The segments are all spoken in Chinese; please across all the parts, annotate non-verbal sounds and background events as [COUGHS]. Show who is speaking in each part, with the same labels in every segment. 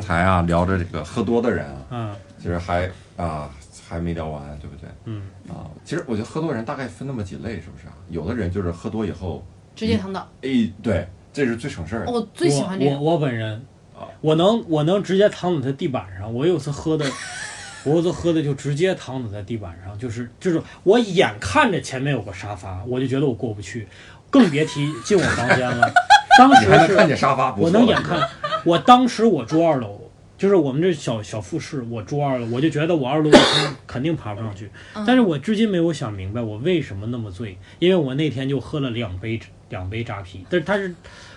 Speaker 1: 才啊聊着这个喝多的人啊，
Speaker 2: 嗯
Speaker 1: 其实还啊还没聊完，对不对？
Speaker 2: 嗯，
Speaker 1: 啊，其实我觉得喝多人大概分那么几类，是不是啊？有的人就是喝多以后，
Speaker 3: 直接躺倒。
Speaker 1: 哎，对，这是最省事儿的。
Speaker 2: 哦
Speaker 3: 我最喜欢
Speaker 2: 嗯
Speaker 3: 这
Speaker 2: 我
Speaker 3: 种，
Speaker 2: 我我本人
Speaker 1: 啊，
Speaker 2: 我能我能直接躺在他地板上。我有次
Speaker 1: [LAUGHS]
Speaker 2: 喝的，我有次喝的就直接躺在他地板上，就是就是我眼看着前面有个沙发，我就觉得我过不去，更别提进我房间
Speaker 1: [LAUGHS]
Speaker 2: 了。当
Speaker 1: 你
Speaker 2: 时
Speaker 1: 还能看
Speaker 2: 是
Speaker 1: 见沙发，不
Speaker 2: 我
Speaker 1: 错
Speaker 2: 能
Speaker 1: 了
Speaker 2: 眼看，我当时我住二楼，就是我们这小小复式，我住二楼，我就觉得我二楼肯定爬不上去。但是我至今没有想明白我为什么那么醉，因为我那天就喝了两杯两杯扎啤，但是它是。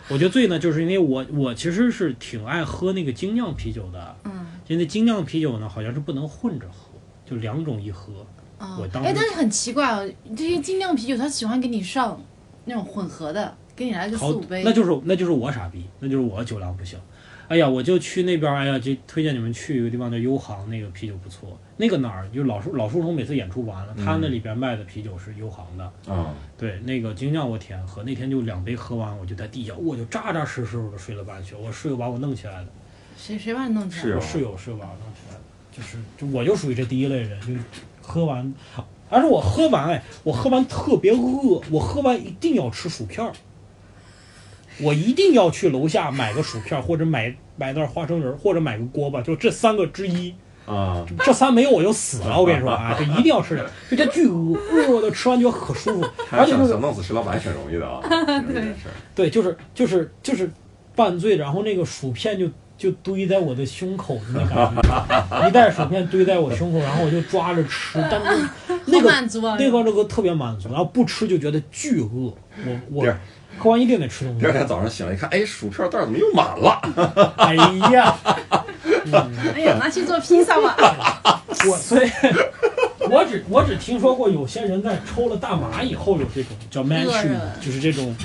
Speaker 2: 我觉得醉呢，就是因为我我其实是挺爱喝那个精酿啤酒的，
Speaker 3: 嗯
Speaker 2: 因为精酿啤酒呢好像是不能混着喝，就两种一喝。
Speaker 3: 啊
Speaker 2: 我，当时
Speaker 3: 哎，但是很奇怪哦，这些精酿啤酒他喜欢给你上那种混合的，给你来个
Speaker 2: 好
Speaker 3: 四五杯，
Speaker 2: 那就是那就是我傻逼，那就是我酒量不行。哎呀，我就去那边，哎呀，就推荐你们去一个地方叫优航，那个啤酒不错。那个哪儿，就老树老树虫每次演出完了，他那里边卖的啤酒是优航的。
Speaker 1: 啊，
Speaker 2: 对，那个精酿我天喝，那天就两杯喝完，我就在地下，我就扎扎实实的睡了半宿。我室友把我弄起来的，
Speaker 3: 谁谁把你弄起
Speaker 1: 是
Speaker 3: 来？
Speaker 2: 我室友室友把我弄起来的，就是就我就属于这第一类人，就喝完，而且我喝完哎，我喝完特别饿，我喝完一定要吃薯片儿，我一定要去楼下买个薯片儿，或者买买袋花生仁儿，或者买个锅巴，就这三个之一。
Speaker 1: 啊，
Speaker 2: 这仨没有我就死了，我跟你说啊，就一定要吃点，就这巨饿，饿的吃完觉得可舒服，而
Speaker 1: 他
Speaker 2: 且就
Speaker 1: 想
Speaker 2: 是
Speaker 1: 想弄死石老板挺容易的
Speaker 2: [LAUGHS]
Speaker 1: 啊，对这件事儿。
Speaker 2: 对，就是就是就是半醉，然后那个薯片就就堆在我的胸口的那感觉，一袋薯片堆在我胸口，然后我就抓着吃，但是那
Speaker 3: 好
Speaker 2: 个
Speaker 3: 满足啊！
Speaker 2: 那个那个特别满足，然后不吃就觉得巨饿，我
Speaker 1: 第
Speaker 2: 我
Speaker 1: 二
Speaker 2: 喝完一定得吃东
Speaker 1: 第二
Speaker 2: 西，
Speaker 1: 天早上醒来一看，哎，薯片袋怎么又满了？
Speaker 2: 哎呀，
Speaker 3: 哎呀，拿去做披萨吧。
Speaker 2: [LAUGHS] 我所以。我只我只听说过有些人在抽了大麻以后有这种叫 man
Speaker 3: 饿
Speaker 2: s h
Speaker 3: 着
Speaker 2: o 就是这
Speaker 3: [LAUGHS]
Speaker 2: 种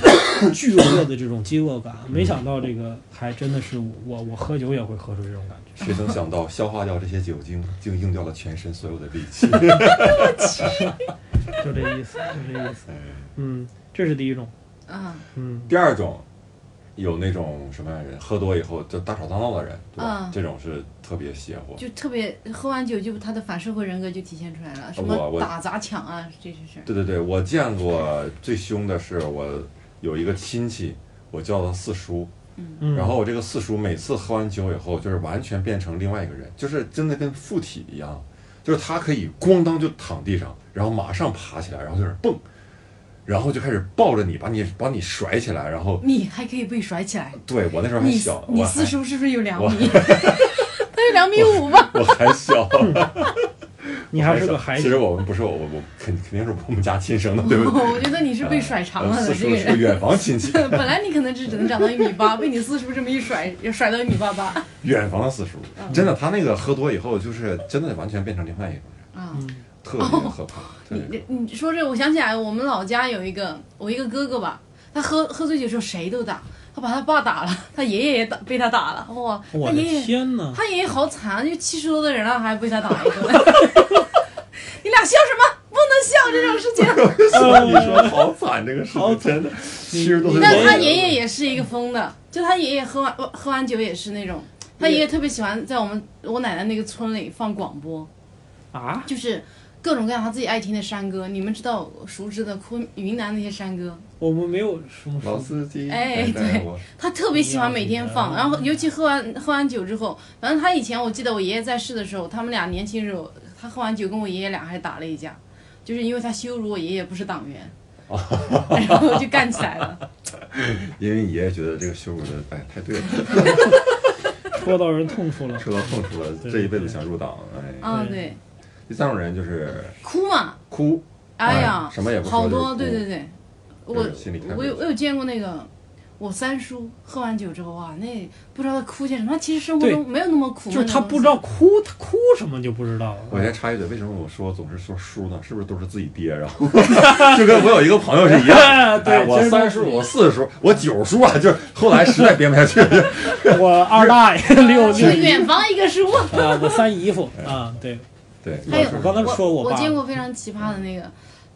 Speaker 2: 巨饿的这种饥饿感。没想到这个还真的是我我喝酒也会喝出这种感觉。
Speaker 1: 谁能想到，消化掉这些酒精，竟用掉了全身所有的力气。
Speaker 2: 就这意思，就这意思。嗯，这是第一种。
Speaker 3: 嗯
Speaker 2: 嗯，
Speaker 1: 第二种，有那种什么样的人，喝多以后就大吵大闹的人，对吧？
Speaker 3: 嗯
Speaker 1: 这种是特别邪乎。
Speaker 3: 就特别喝完酒就他的反社会人格就体现出来了，什
Speaker 1: 我
Speaker 3: 么
Speaker 1: 我
Speaker 3: 打砸抢啊，这些事儿。
Speaker 1: 对对对，我见过最凶的是我有一个亲戚，我叫他四叔，
Speaker 2: 嗯
Speaker 1: 然后我这个四叔每次喝完酒以后，就是完全变成另外一个人，就是真的跟附体一样，就是他可以咣当就躺地上，然后马上爬起来，然后就是蹦，然后就开始抱着你，把你把你甩起来，然后
Speaker 3: 你还可以被甩起来，
Speaker 1: 对我那时候还
Speaker 3: 你
Speaker 1: 小，
Speaker 3: 你
Speaker 1: 我
Speaker 3: 四
Speaker 1: 还
Speaker 3: 叔是不是有两
Speaker 1: 我
Speaker 2: [LAUGHS]
Speaker 3: 米？他有两米五吧？
Speaker 1: 我还小，
Speaker 2: 你还是个孩
Speaker 1: 其实
Speaker 2: 子。
Speaker 1: 我们不是我我我肯肯定是我们家亲生的，对不对？
Speaker 3: 我觉得你 [LAUGHS] 是被甩长了
Speaker 1: 呃
Speaker 3: 的
Speaker 1: 四
Speaker 3: 这
Speaker 1: 叔
Speaker 3: 个
Speaker 1: 是
Speaker 3: 人。
Speaker 1: 远房亲戚，
Speaker 3: [LAUGHS] 本来你可能只只能长到一米八，被你四叔这么一甩，甩到一米八八
Speaker 1: 远房的四叔，
Speaker 3: 嗯
Speaker 1: 真的，他那个喝多以后，就是真的完全变成另外一种人，
Speaker 3: 啊！
Speaker 1: 特别可怕。特别可
Speaker 3: 你你说这，我想起来，我们老家有一个我一个哥哥吧，他喝喝醉酒时候谁都打，他把他爸打了，他爷爷也打被他打了，哇，
Speaker 2: 我
Speaker 3: 他
Speaker 2: 的
Speaker 3: 爷爷
Speaker 2: 天哪！
Speaker 3: 他爷爷好惨，啊就七十多的人了还被他打
Speaker 2: [LAUGHS]
Speaker 3: 一顿， [LAUGHS] 你俩笑什么？不能笑这种事
Speaker 2: [LAUGHS]
Speaker 3: 情。
Speaker 1: 怕
Speaker 2: 呃
Speaker 1: 你说好惨，这个事
Speaker 2: 好
Speaker 1: 情真的，七十多岁
Speaker 2: 你
Speaker 1: 老
Speaker 3: 但
Speaker 1: 人，
Speaker 3: 他爷爷也是一个疯的，就他爷爷喝完喝完酒也是那种，他爷爷特别喜欢在我们我奶奶那个村里放广播。
Speaker 2: 啊，
Speaker 3: 就是各种各样他自己爱听的山歌。你们知道熟知的昆云南那些山歌，
Speaker 2: 我们没有什么
Speaker 1: 老司机，
Speaker 3: 哎
Speaker 1: 带
Speaker 3: 对
Speaker 1: 我
Speaker 3: 他特别喜欢每天放。
Speaker 2: 嗯
Speaker 3: 然后
Speaker 1: 啊
Speaker 3: 尤其喝完喝完酒之后，反正他以前我记得我爷爷在世的时候，他们俩年轻时候，他喝完酒跟我爷爷俩还打了一架，就是因为他羞辱我爷爷不是
Speaker 1: [LAUGHS]
Speaker 3: 党员，然后就干起来了。
Speaker 1: 因为你爷爷觉得这个羞辱的，哎，太对了，
Speaker 2: 戳到人痛处了。
Speaker 1: 吃到痛处了，[LAUGHS]
Speaker 2: 对
Speaker 1: 这一辈子想入党，哎。
Speaker 3: 啊，
Speaker 2: 对
Speaker 3: 对，
Speaker 1: 第三种人就是
Speaker 3: 哭嘛，
Speaker 1: 哭，
Speaker 3: 哎呀，
Speaker 1: 什么也不说
Speaker 3: 好
Speaker 1: 就是
Speaker 3: 多，
Speaker 1: 哭
Speaker 3: 对对对，我
Speaker 1: 就是心里太
Speaker 3: 我
Speaker 1: 委
Speaker 3: 有
Speaker 1: 屈
Speaker 3: 我有见过那个。我三叔喝完酒之后啊，那不知道他哭些什么。他其实生活
Speaker 2: 对
Speaker 3: 中没有那么苦闷
Speaker 2: 就
Speaker 3: 的
Speaker 2: 是
Speaker 3: 东西，
Speaker 2: 他不知道哭，他哭什么就不知道
Speaker 1: 我
Speaker 2: 了。哎
Speaker 1: 先插一嘴，为什么我说总是说叔呢？是不是都是自己爹？然后 [LAUGHS] 就跟我有一个朋友是一样的，
Speaker 2: [LAUGHS] 对
Speaker 1: 哎我
Speaker 2: 其实都
Speaker 1: 三
Speaker 2: 是
Speaker 1: 叔，我四叔，我九叔啊， [LAUGHS] 就是后来实在编不下去了， [LAUGHS]
Speaker 2: 我二
Speaker 3: [LAUGHS]
Speaker 2: 大爷 [LAUGHS] 六
Speaker 3: 一个
Speaker 2: 六
Speaker 3: 远房一个叔。
Speaker 2: 啊，我三姨夫啊，对，
Speaker 1: 对，
Speaker 3: 还有
Speaker 1: 我
Speaker 2: 我刚才 [LAUGHS] 说
Speaker 3: 我
Speaker 2: 爸，
Speaker 3: 见过非常奇葩的那个，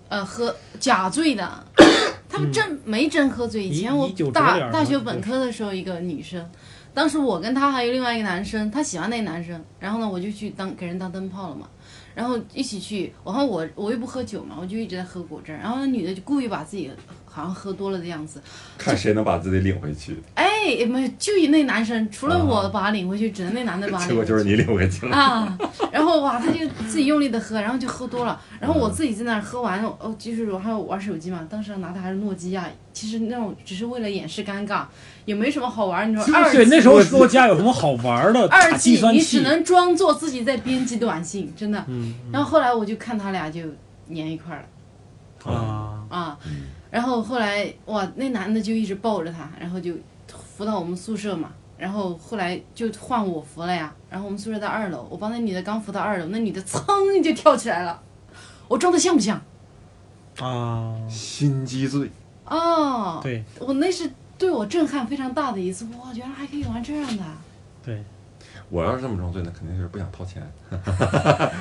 Speaker 3: 呃，喝假
Speaker 2: [COUGHS]
Speaker 3: 醉的，
Speaker 2: 嗯
Speaker 3: 他们真没真喝醉。以前
Speaker 2: 以
Speaker 3: 我
Speaker 2: 以酒折
Speaker 3: 大
Speaker 2: 脸儿
Speaker 3: 大
Speaker 2: 嘛
Speaker 3: 学
Speaker 2: 就是
Speaker 3: 本科的时候，一个女生，当时我跟他还有另外一个男生，他喜欢那男生，然后呢，我就去当给人当灯泡了嘛，然后一起去，然后我我又不喝酒嘛，我就一直在喝果汁儿，然后那女的就故意把自己好像喝多了的样子，
Speaker 1: 看谁能把自己领回去，
Speaker 3: 哎，没有就那男生，除
Speaker 2: 啊
Speaker 3: 了我把他领回去，只能那男的把他
Speaker 1: 结
Speaker 3: 领
Speaker 1: 果
Speaker 3: 回去
Speaker 1: 就是你领回 [LAUGHS] 去了。
Speaker 3: 啊，然后哇，他就自己用力的喝，然后就喝多了，然后我自己在那儿喝完，哦，就是我还有玩手机嘛，当时拿的还是诺基亚，其实那种只是为了掩饰尴尬，也没什么好玩，你知道吗，二
Speaker 2: 对，那时候
Speaker 1: 我
Speaker 2: 说家有什么好玩的
Speaker 3: 二
Speaker 2: 打计
Speaker 3: 季
Speaker 2: 算
Speaker 3: 你只
Speaker 2: 器，
Speaker 3: 能装作自己在编辑短信，真的。
Speaker 2: 嗯
Speaker 3: 然后后来我就看他俩就粘一块儿了
Speaker 2: 啊，
Speaker 3: 啊，然后后来哇，那男的就一直抱着他，然后就扶到我们宿舍嘛。然后后来就换我扶了呀，然后我们宿舍在二楼，我帮那女的刚扶到二楼，那女的噌就跳起来了，我装的像不像？
Speaker 2: 啊，
Speaker 1: 心机罪，
Speaker 3: 哦，
Speaker 2: 对
Speaker 3: 我那是对我震撼非常大的一次，哇，原来还可以玩这样
Speaker 2: [LAUGHS]
Speaker 3: 的。
Speaker 2: 对，
Speaker 1: 我要是这么装醉，那肯定就是不想掏钱。 [LAUGHS] 哎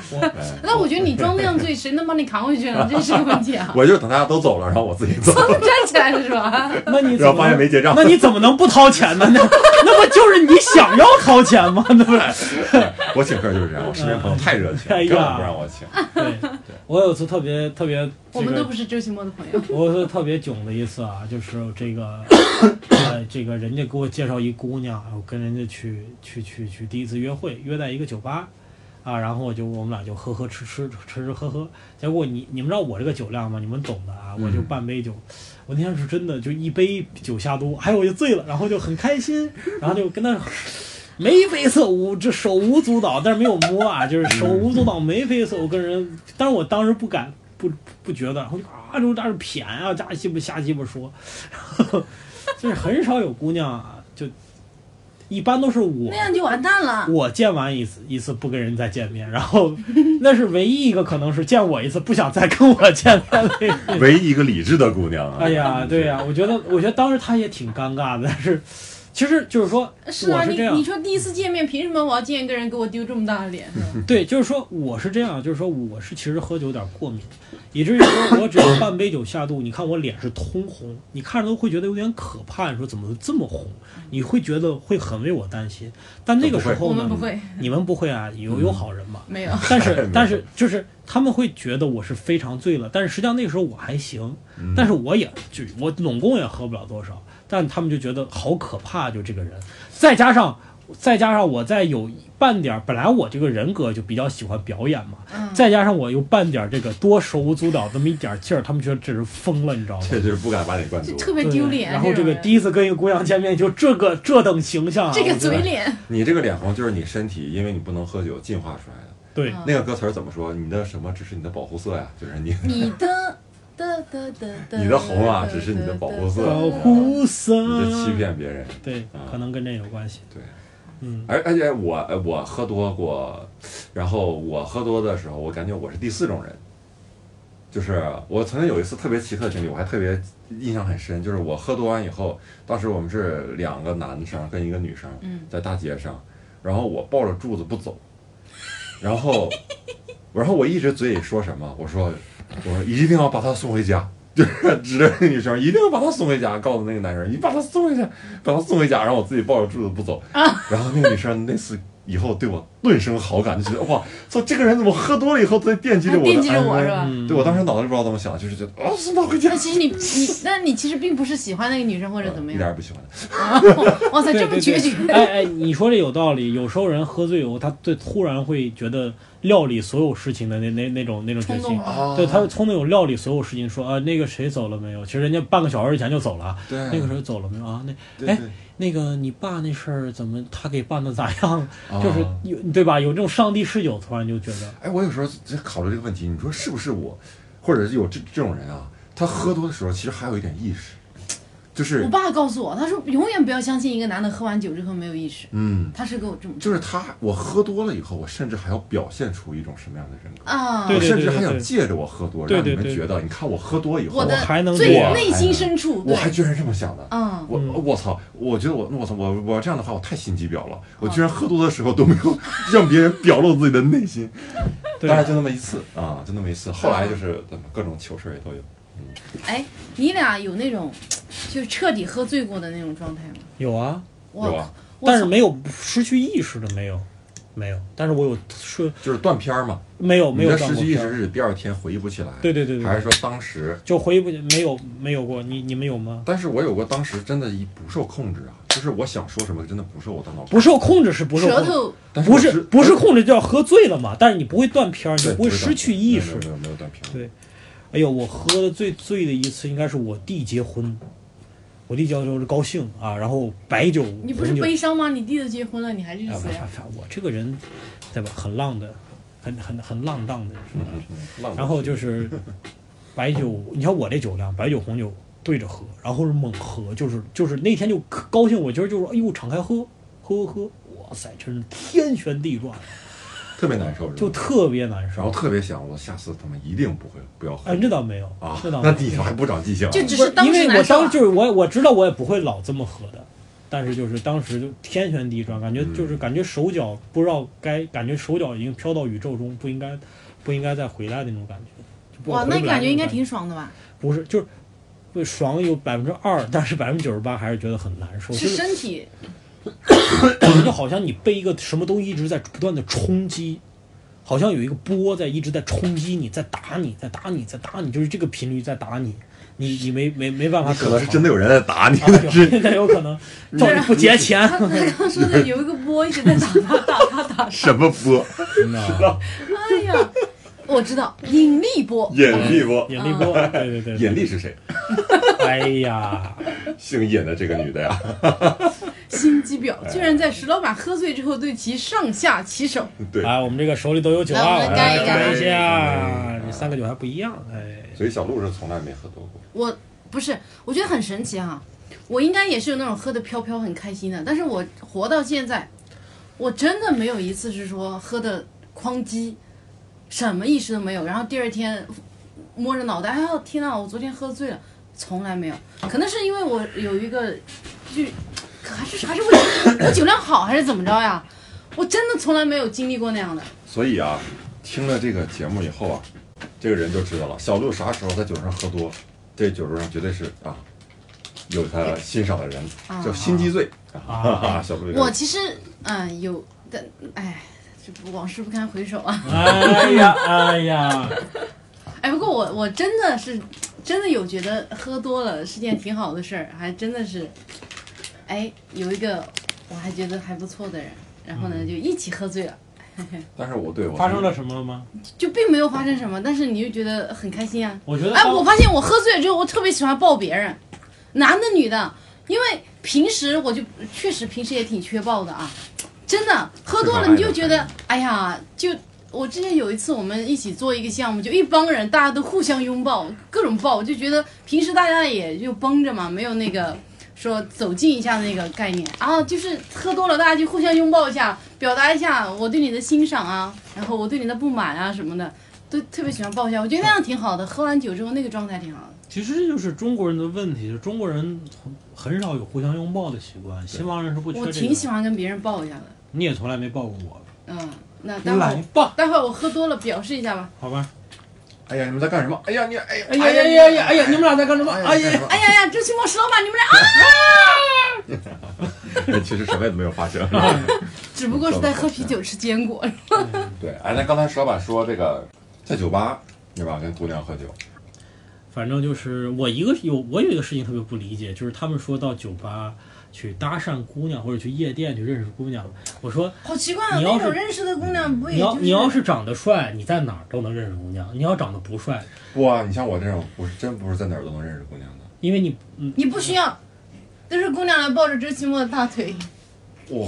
Speaker 3: 那我觉得你装那样醉，谁能帮你扛回去
Speaker 2: [LAUGHS]
Speaker 3: 呢？这是个问题啊。
Speaker 1: 我就是等大家都走了，然后 [LAUGHS] 我自己走，
Speaker 3: [LAUGHS] 站起来了
Speaker 2: [LAUGHS]
Speaker 3: 是吧？
Speaker 2: 那你
Speaker 1: 然
Speaker 2: 怎
Speaker 1: 后发现
Speaker 2: 么
Speaker 1: 没结账
Speaker 2: 那。你怎么能不掏钱呢？那 [LAUGHS] 那不就是你想要掏钱吗？ [LAUGHS] 那不是。
Speaker 1: 我请客就是这样，我身边朋友太热情，
Speaker 2: 哎呀
Speaker 1: 根本不让我请。
Speaker 2: 对，我有次特别特别，
Speaker 3: 我们都不是周奇墨的朋友。
Speaker 2: 我有次特别囧的一次啊，就是这个，呃，这个人家给我介绍一姑娘，我跟人家去去去去第一次约会，约在一个酒吧，啊，然后我就我们俩就喝喝吃吃吃吃喝喝，结果你你们知道我这个酒量吗？你们懂的啊，我就半杯酒，我那天是真的就一杯酒下肚，哎，我就醉了，然后就很开心，然后就跟他。眉飞色舞，这手舞足蹈，但是没有摸啊，就是手舞足蹈，眉飞色舞跟人，但是我当时不敢，不不觉得，然后就啊，就在那儿谝啊，瞎鸡巴瞎鸡巴说，然后 [LAUGHS] 就是很少有姑娘啊，就一般都是我
Speaker 3: 那样就完蛋了。
Speaker 2: 我见完一次一次不跟人再见面，然
Speaker 3: [LAUGHS]
Speaker 2: 后那是唯一一个可能是见我一次不想再跟我见面的人。 [LAUGHS]
Speaker 1: 唯一一个理智的姑娘啊！
Speaker 2: 哎呀，对呀、我觉得我觉得当时她也挺尴尬的，但是其实就是说我
Speaker 3: 是啊，
Speaker 2: 是
Speaker 3: 你
Speaker 2: 这样
Speaker 3: 你，说第一次见面，凭什么我要见一个人给我丢这么大的脸？是吧
Speaker 2: 对，就是说我是这样，就是说我是其实喝酒有点过敏，以至于说我只
Speaker 3: [COUGHS]
Speaker 2: 要半杯酒下肚，你看我脸是通红，你看着都会觉得有点可怕，你说怎么这么红？你会觉得会很为我担心。但那个时
Speaker 3: 我
Speaker 2: 候
Speaker 3: 们
Speaker 2: 呢
Speaker 3: 不，会，嗯
Speaker 2: 你们不会啊，有有好人嘛。
Speaker 3: 没有。
Speaker 1: 没
Speaker 2: 但
Speaker 3: [LAUGHS]
Speaker 2: 是
Speaker 1: 事
Speaker 2: 但是就是他们会觉得我是非常醉了，但是实际上那个时候我还行，
Speaker 1: 嗯
Speaker 2: 但是我也就我总共也喝不了多少，但他们就觉得好可怕，就这个人，再加上再加上我在有半点儿，本来我这个人格就比较喜欢表演嘛，
Speaker 3: 嗯
Speaker 2: 再加上我有半点儿这个多手舞足蹈这么一点儿劲儿，他们觉得这是疯了，你知道吗？
Speaker 1: 确实不敢把你灌
Speaker 3: 就
Speaker 1: 足。
Speaker 3: 特别
Speaker 2: 对
Speaker 3: 丢脸。
Speaker 2: 然后
Speaker 3: 这
Speaker 2: 这个
Speaker 3: 种人
Speaker 2: 第一次跟一个姑娘见面，就这个这等形象啊、
Speaker 3: 这个
Speaker 2: 我觉得
Speaker 3: 嘴脸，
Speaker 1: 你这个脸红就是你身体，因为你不能喝酒进化出来的。
Speaker 2: 对
Speaker 3: 啊
Speaker 1: 那个歌词儿怎么说？你的什么只是你的保护色呀？就是你
Speaker 3: 你的的的的的，
Speaker 1: 你的红啊只是你的保护色
Speaker 2: 保护色，
Speaker 1: 你在
Speaker 2: 嗯
Speaker 1: 欺骗别人。
Speaker 2: 对，可能跟这有关系。
Speaker 1: 对，
Speaker 2: 嗯，
Speaker 1: 而而且我呃我喝多过，然后我喝多的时候，我感觉我是第四种人，就是我曾经有一次特别奇特的经历，我还特别印象很深，就是我喝多完以后，当时我们是两个男生跟一个女生
Speaker 3: 嗯
Speaker 1: 在大街上，然后我抱着柱子不走，然后然后我一直嘴里说什么，我说我说一定要把她送回家。就是指着那女生，一定要把她送回家，告诉那个男生，你把她送回家，把她送回家，然后我自己抱着柱子不走。
Speaker 3: 啊
Speaker 1: 然后那个女生那次以后对我顿生好感，就觉得哇，操，这个人怎么喝多了以后在惦记着我的
Speaker 3: 惦记着我
Speaker 1: 安危
Speaker 3: 是吧
Speaker 2: 嗯
Speaker 1: 对我当时脑子里不知道怎么想，就是觉得啊，送她回家
Speaker 3: 那，其实你你，那你其实并不是喜欢那个女生或者怎么
Speaker 1: 啊呃一点
Speaker 3: 样。
Speaker 1: 也不喜欢。
Speaker 3: 哇塞，
Speaker 2: 对
Speaker 3: [LAUGHS] 这么决绝。
Speaker 2: 哎哎，你说这有道理。有时候人喝醉以后，他对突然会觉得料理所有事情的那那那种那种决
Speaker 3: 冲
Speaker 2: 心
Speaker 3: 动。了
Speaker 1: 啊
Speaker 2: 对他冲动有料理所有事情，说啊那个谁走了没有？其实人家半个小时以前就走了，啊
Speaker 1: 对
Speaker 2: 那个谁走了没有啊？那
Speaker 1: 对
Speaker 2: 哎
Speaker 1: 对
Speaker 2: 那个你爸那事儿怎么他给办的咋样？
Speaker 1: 啊
Speaker 2: 就是有对吧？有这种上帝视角，突然就觉得
Speaker 1: 哎，我有时候在考虑这个问题，你说是不是我，或者是有这这种人啊，他喝多的时候其实还有一点意识，就是
Speaker 3: 我爸告诉我，他说永远不要相信一个男的喝完酒之后没有意识。
Speaker 1: 嗯，
Speaker 3: 他是给我这么
Speaker 1: 就是他，我喝多了以后，我甚至还要表现出一种什么样的人格。
Speaker 3: 啊，
Speaker 2: 对
Speaker 1: 我
Speaker 2: 对
Speaker 1: 甚至还
Speaker 2: 对
Speaker 1: 想
Speaker 2: 对
Speaker 1: 借着我喝多，
Speaker 2: 对
Speaker 1: 让
Speaker 2: 对
Speaker 1: 你们
Speaker 2: 对
Speaker 1: 觉得，你看我喝多以后，啊
Speaker 3: 我的
Speaker 2: 我还能
Speaker 3: 最
Speaker 2: 这样
Speaker 3: 内心深处，
Speaker 1: 我
Speaker 3: 对，
Speaker 1: 还居然这么想的。
Speaker 3: 嗯，
Speaker 1: 我我操！我觉得我我操我我这样的话我太心机
Speaker 3: 啊
Speaker 1: 婊了，我居然喝多的时候都没
Speaker 3: [LAUGHS]
Speaker 1: 有让别人表露自己的内心，
Speaker 2: 对
Speaker 1: 当然就那么一次啊，就那么一次。后来就是怎么各种糗事儿也都有。
Speaker 3: 哎，你俩有那种就彻底喝醉过的那种状态吗？
Speaker 2: 有啊，
Speaker 3: 我
Speaker 1: 有啊
Speaker 3: 靠我
Speaker 2: 但是
Speaker 3: 操
Speaker 2: 没有失去意识的没有，没有。但是我有是
Speaker 1: 就是断片儿嘛。
Speaker 2: 没有没
Speaker 1: 你
Speaker 2: 有
Speaker 1: 的
Speaker 2: 断
Speaker 1: 失
Speaker 2: 过
Speaker 1: 去意
Speaker 2: 片
Speaker 1: 识
Speaker 2: 儿，
Speaker 1: 是指第二天回忆不起来，
Speaker 2: 对对对对
Speaker 1: 还
Speaker 2: 对，
Speaker 1: 是说当时？
Speaker 2: 就回忆不没有没有过，你你们有吗？
Speaker 1: 但是我有过当时真的一不受控制啊，就是我想说什么真的不受我大脑控制，
Speaker 2: 不受控制是不受控
Speaker 3: 舌
Speaker 2: 制，
Speaker 3: 头
Speaker 1: 但是
Speaker 2: 不
Speaker 1: 我
Speaker 2: 是
Speaker 1: 是
Speaker 2: 不是控制叫喝醉了嘛？但是你不会断片儿，你
Speaker 1: 对
Speaker 2: 不会失去意识
Speaker 1: 没有。没有没有断片儿，
Speaker 2: 对哎呦，我喝的最醉的一次应该是我弟结婚，我弟结婚的时候是高兴啊，然后白酒，
Speaker 3: 你不是
Speaker 2: 红酒
Speaker 3: 悲伤吗？你弟都结婚了，你还认
Speaker 2: 啊，
Speaker 3: 识
Speaker 2: 没
Speaker 3: 呀
Speaker 2: 法？法，我这个人，对吧？很浪的，很很很浪荡的人。
Speaker 1: 嗯嗯嗯浪费
Speaker 2: 然后就是白酒，你看我这酒量，白酒、红酒对着喝，然后是猛喝，就是就是那天就可高兴，我觉得就是哎呦，敞开喝，喝喝喝，哇塞，真是天旋地转，
Speaker 1: 特别难受，
Speaker 2: 就是
Speaker 1: 吧
Speaker 2: 特别难
Speaker 1: 然后
Speaker 2: 受。
Speaker 1: 特别想，我下次他们一定不会不要喝
Speaker 2: 哎，这倒没有
Speaker 1: 啊，
Speaker 2: 这倒没
Speaker 1: 那
Speaker 2: 有。
Speaker 1: 你还不长记性啊？
Speaker 3: 就只
Speaker 2: 不
Speaker 3: 是
Speaker 2: 是
Speaker 3: 当
Speaker 2: 因
Speaker 3: 时
Speaker 2: 为
Speaker 3: 难
Speaker 2: 我
Speaker 3: 受
Speaker 2: 当
Speaker 3: 啊。
Speaker 2: 就是我我知道我也不会老这么喝的，但是就是当时就天旋地转，感觉就是
Speaker 1: 嗯
Speaker 2: 感觉手脚不知道该，感觉手脚已经飘到宇宙中，不应该不应该再回来的那种感觉。就不
Speaker 3: 哇，
Speaker 2: 回
Speaker 3: 那
Speaker 2: 不来
Speaker 3: 感觉
Speaker 2: 种
Speaker 3: 应该
Speaker 2: 感
Speaker 3: 挺爽的吧？
Speaker 2: 不是就是。会爽有百分之二，但是百分之九十八还是觉得很难受，
Speaker 3: 是
Speaker 2: 就是 [LAUGHS]
Speaker 3: 身体，
Speaker 2: 感觉就好像你被一个什么东西一直在不断的冲击，好像有一个波在一直在冲击你，在打你，在打你，在打你，就是这个频率在打你，你你没没没办法
Speaker 1: 你可能是
Speaker 2: 躲
Speaker 1: 真的有人在打你，
Speaker 2: 藏，
Speaker 1: 但是嗯
Speaker 2: 现在有可能叫你不结钱，
Speaker 3: 他他刚说的有一个波一直在打他打他
Speaker 1: [LAUGHS]
Speaker 3: 打。
Speaker 1: 什么
Speaker 2: [LAUGHS]
Speaker 1: 波？嗯
Speaker 3: 哎呀，我知道引力波，
Speaker 1: 引力波，
Speaker 2: 引力波，对对对，
Speaker 1: 引力是谁？
Speaker 2: 哎呀，
Speaker 1: 姓尹的这个女的
Speaker 2: 啊
Speaker 1: 呀？
Speaker 3: 心机
Speaker 2: 哎
Speaker 3: 婊居然在石老板喝醉之后对其上下其手。
Speaker 1: 对，
Speaker 2: 哎，我们这个手里都有酒啊，
Speaker 3: 来我们干
Speaker 2: 一
Speaker 3: 一干
Speaker 2: 干
Speaker 1: 嗯
Speaker 2: 下，啊这三个酒还不一样，哎，
Speaker 1: 所以小鹿是从来没喝多过。
Speaker 3: 我不是，我觉得很神奇哈、啊我应该也是有那种喝的飘飘很开心的，但是我活到现在，我真的没有一次是说喝的哐叽，什么意识都没有，然后第二天摸着脑袋，哎呦天呐，我昨天喝醉了，从来没有，可能是因为我有一个就还是还是我我酒量好还是怎么着呀？我真的从来没有经历过那样的，
Speaker 1: 所以啊，听了这个节目以后啊，这个人就知道了，小鹿啥时候在酒桌上喝多，这酒桌上绝对是啊，有他欣赏的人，
Speaker 3: 啊
Speaker 1: 叫心机醉
Speaker 2: 啊
Speaker 1: 啊。小鹿应该，
Speaker 3: 我其实嗯有但哎，这不往事不堪回首啊。
Speaker 2: 哎呀，哎呀，
Speaker 3: 哎，不过我我真的是真的有觉得喝多了是件挺好的事儿，还真的是，哎，有一个我还觉得还不错的人，然后呢
Speaker 2: 嗯
Speaker 3: 就一起喝醉了，
Speaker 1: 但是我对我
Speaker 2: 发生了什么了吗？
Speaker 3: 就并没有发生什么，但是你就觉得很开心啊。
Speaker 2: 我觉得
Speaker 3: 哎，
Speaker 2: 当
Speaker 3: 我发现我喝醉了之后，我特别喜欢抱别人，男的女的，因为平时我就确实平时也挺缺抱的啊，真的喝多了你就觉
Speaker 1: 是吧
Speaker 3: 得，哎呀，就我之前有一次我们一起做一个项目，就一帮人大家都互相拥抱，各种抱，我就觉得平时大家也就绷着嘛，没有那个。说走近一下那个概念啊，就是喝多了，大家就互相拥抱一下，表达一下我对你的欣赏啊，然后我对你的不满啊什么的，都特别喜欢抱一下。我觉得那样挺好的，喝完酒之后那个状态挺好的。
Speaker 2: 其实这就是中国人的问题，就中国人很很少有互相拥抱的习惯，西方人是不缺这
Speaker 3: 我
Speaker 2: 个的。
Speaker 3: 挺喜欢跟别人抱一下的，
Speaker 2: 你也从来没抱过我，
Speaker 3: 嗯，那待会
Speaker 2: 来
Speaker 3: 儿
Speaker 2: 吧，
Speaker 3: 待会儿我喝多了表示一下吧。
Speaker 2: 好吧。
Speaker 1: 哎呀，你们在干什么？哎呀，你哎呀
Speaker 2: 哎呀呀呀呀！哎呀，你们俩在干什么？哎呀，
Speaker 3: 哎呀呀，周奇墨石老板，你们俩
Speaker 2: [LAUGHS]
Speaker 3: 啊，
Speaker 1: 哎其实什么也没有发生。
Speaker 2: 啊
Speaker 3: 只不过是在喝啤酒吃坚果。
Speaker 1: 对，哎，那刚才石老板说这个在酒吧对吧，跟姑娘喝酒，
Speaker 2: 反正就是我一个有我有一个事情特别不理解，就是他们说到酒吧去搭讪姑娘或者去夜店去认识姑娘，我说
Speaker 3: 好奇怪啊，
Speaker 2: 你
Speaker 3: 那
Speaker 2: 要是
Speaker 3: 种认识的姑娘不也
Speaker 2: 你要
Speaker 3: 就
Speaker 2: 你要是长得帅，你在哪儿都能认识姑娘；你要长得不帅，
Speaker 1: 哇，你像我这种，我是真不是在哪儿都能认识姑娘的。
Speaker 2: 因为你嗯
Speaker 3: 你不需要，都是姑娘来抱着周奇墨的大腿。
Speaker 1: 哇，